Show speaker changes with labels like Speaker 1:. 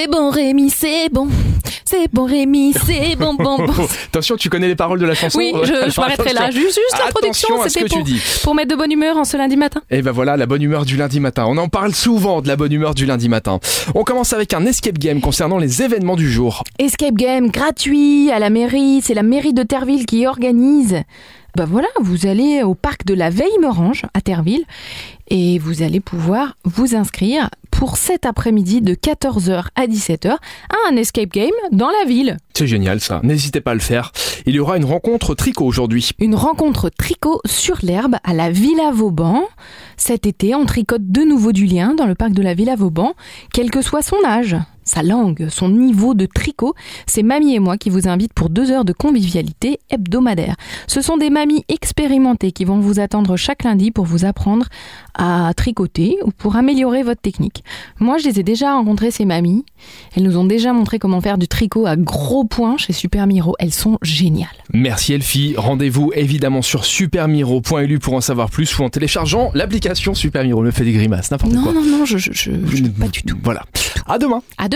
Speaker 1: C'est bon Rémi, c'est bon. C'est bon Rémi, c'est bon, bon, bon.
Speaker 2: Attention, tu connais les paroles de la chanson
Speaker 1: Oui,
Speaker 2: Ouais.
Speaker 1: je, je
Speaker 2: Attention.
Speaker 1: m'arrêterai là. Juste, juste la
Speaker 2: Attention
Speaker 1: production,
Speaker 2: à ce
Speaker 1: c'était
Speaker 2: que tu
Speaker 1: pour,
Speaker 2: dis.
Speaker 1: pour mettre de bonne humeur en ce lundi matin.
Speaker 2: Et ben voilà, la bonne humeur du lundi matin. On en parle souvent de la bonne humeur du lundi matin. On commence avec un escape game concernant les événements du jour.
Speaker 3: Escape game gratuit à la mairie, c'est la mairie de Terville qui organise. Bah voilà, vous allez au parc de la Veille Morange à Terville et vous allez pouvoir vous inscrire pour cet après-midi de 14h à 17h à un escape game dans la ville.
Speaker 2: C'est génial ça. N'hésitez pas à le faire. Il y aura une rencontre tricot aujourd'hui.
Speaker 3: Une rencontre tricot sur l'herbe à la Villa Vauban. Cet été, on tricote de nouveau du lien dans le parc de la Villa Vauban, quel que soit son âge, sa langue, son niveau de tricot. C'est Mamie et moi qui vous invitent pour deux heures de convivialité hebdomadaire. Ce sont des mamies expérimentées qui vont vous attendre chaque lundi pour vous apprendre à tricoter ou pour améliorer votre technique. Moi, je les ai déjà rencontrées, ces mamies. Elles nous ont déjà montré comment faire du tricot à gros points chez Super Miro. Elles sont géniales.
Speaker 2: Merci Elfie. Rendez-vous évidemment sur supermiro.lu pour en savoir plus ou en téléchargeant l'application Supermiro. Me fait des grimaces, n'importe
Speaker 3: Non,
Speaker 2: quoi.
Speaker 3: non, non, je, je, je- je- pas du tout.
Speaker 2: Voilà. À demain.
Speaker 3: À demain.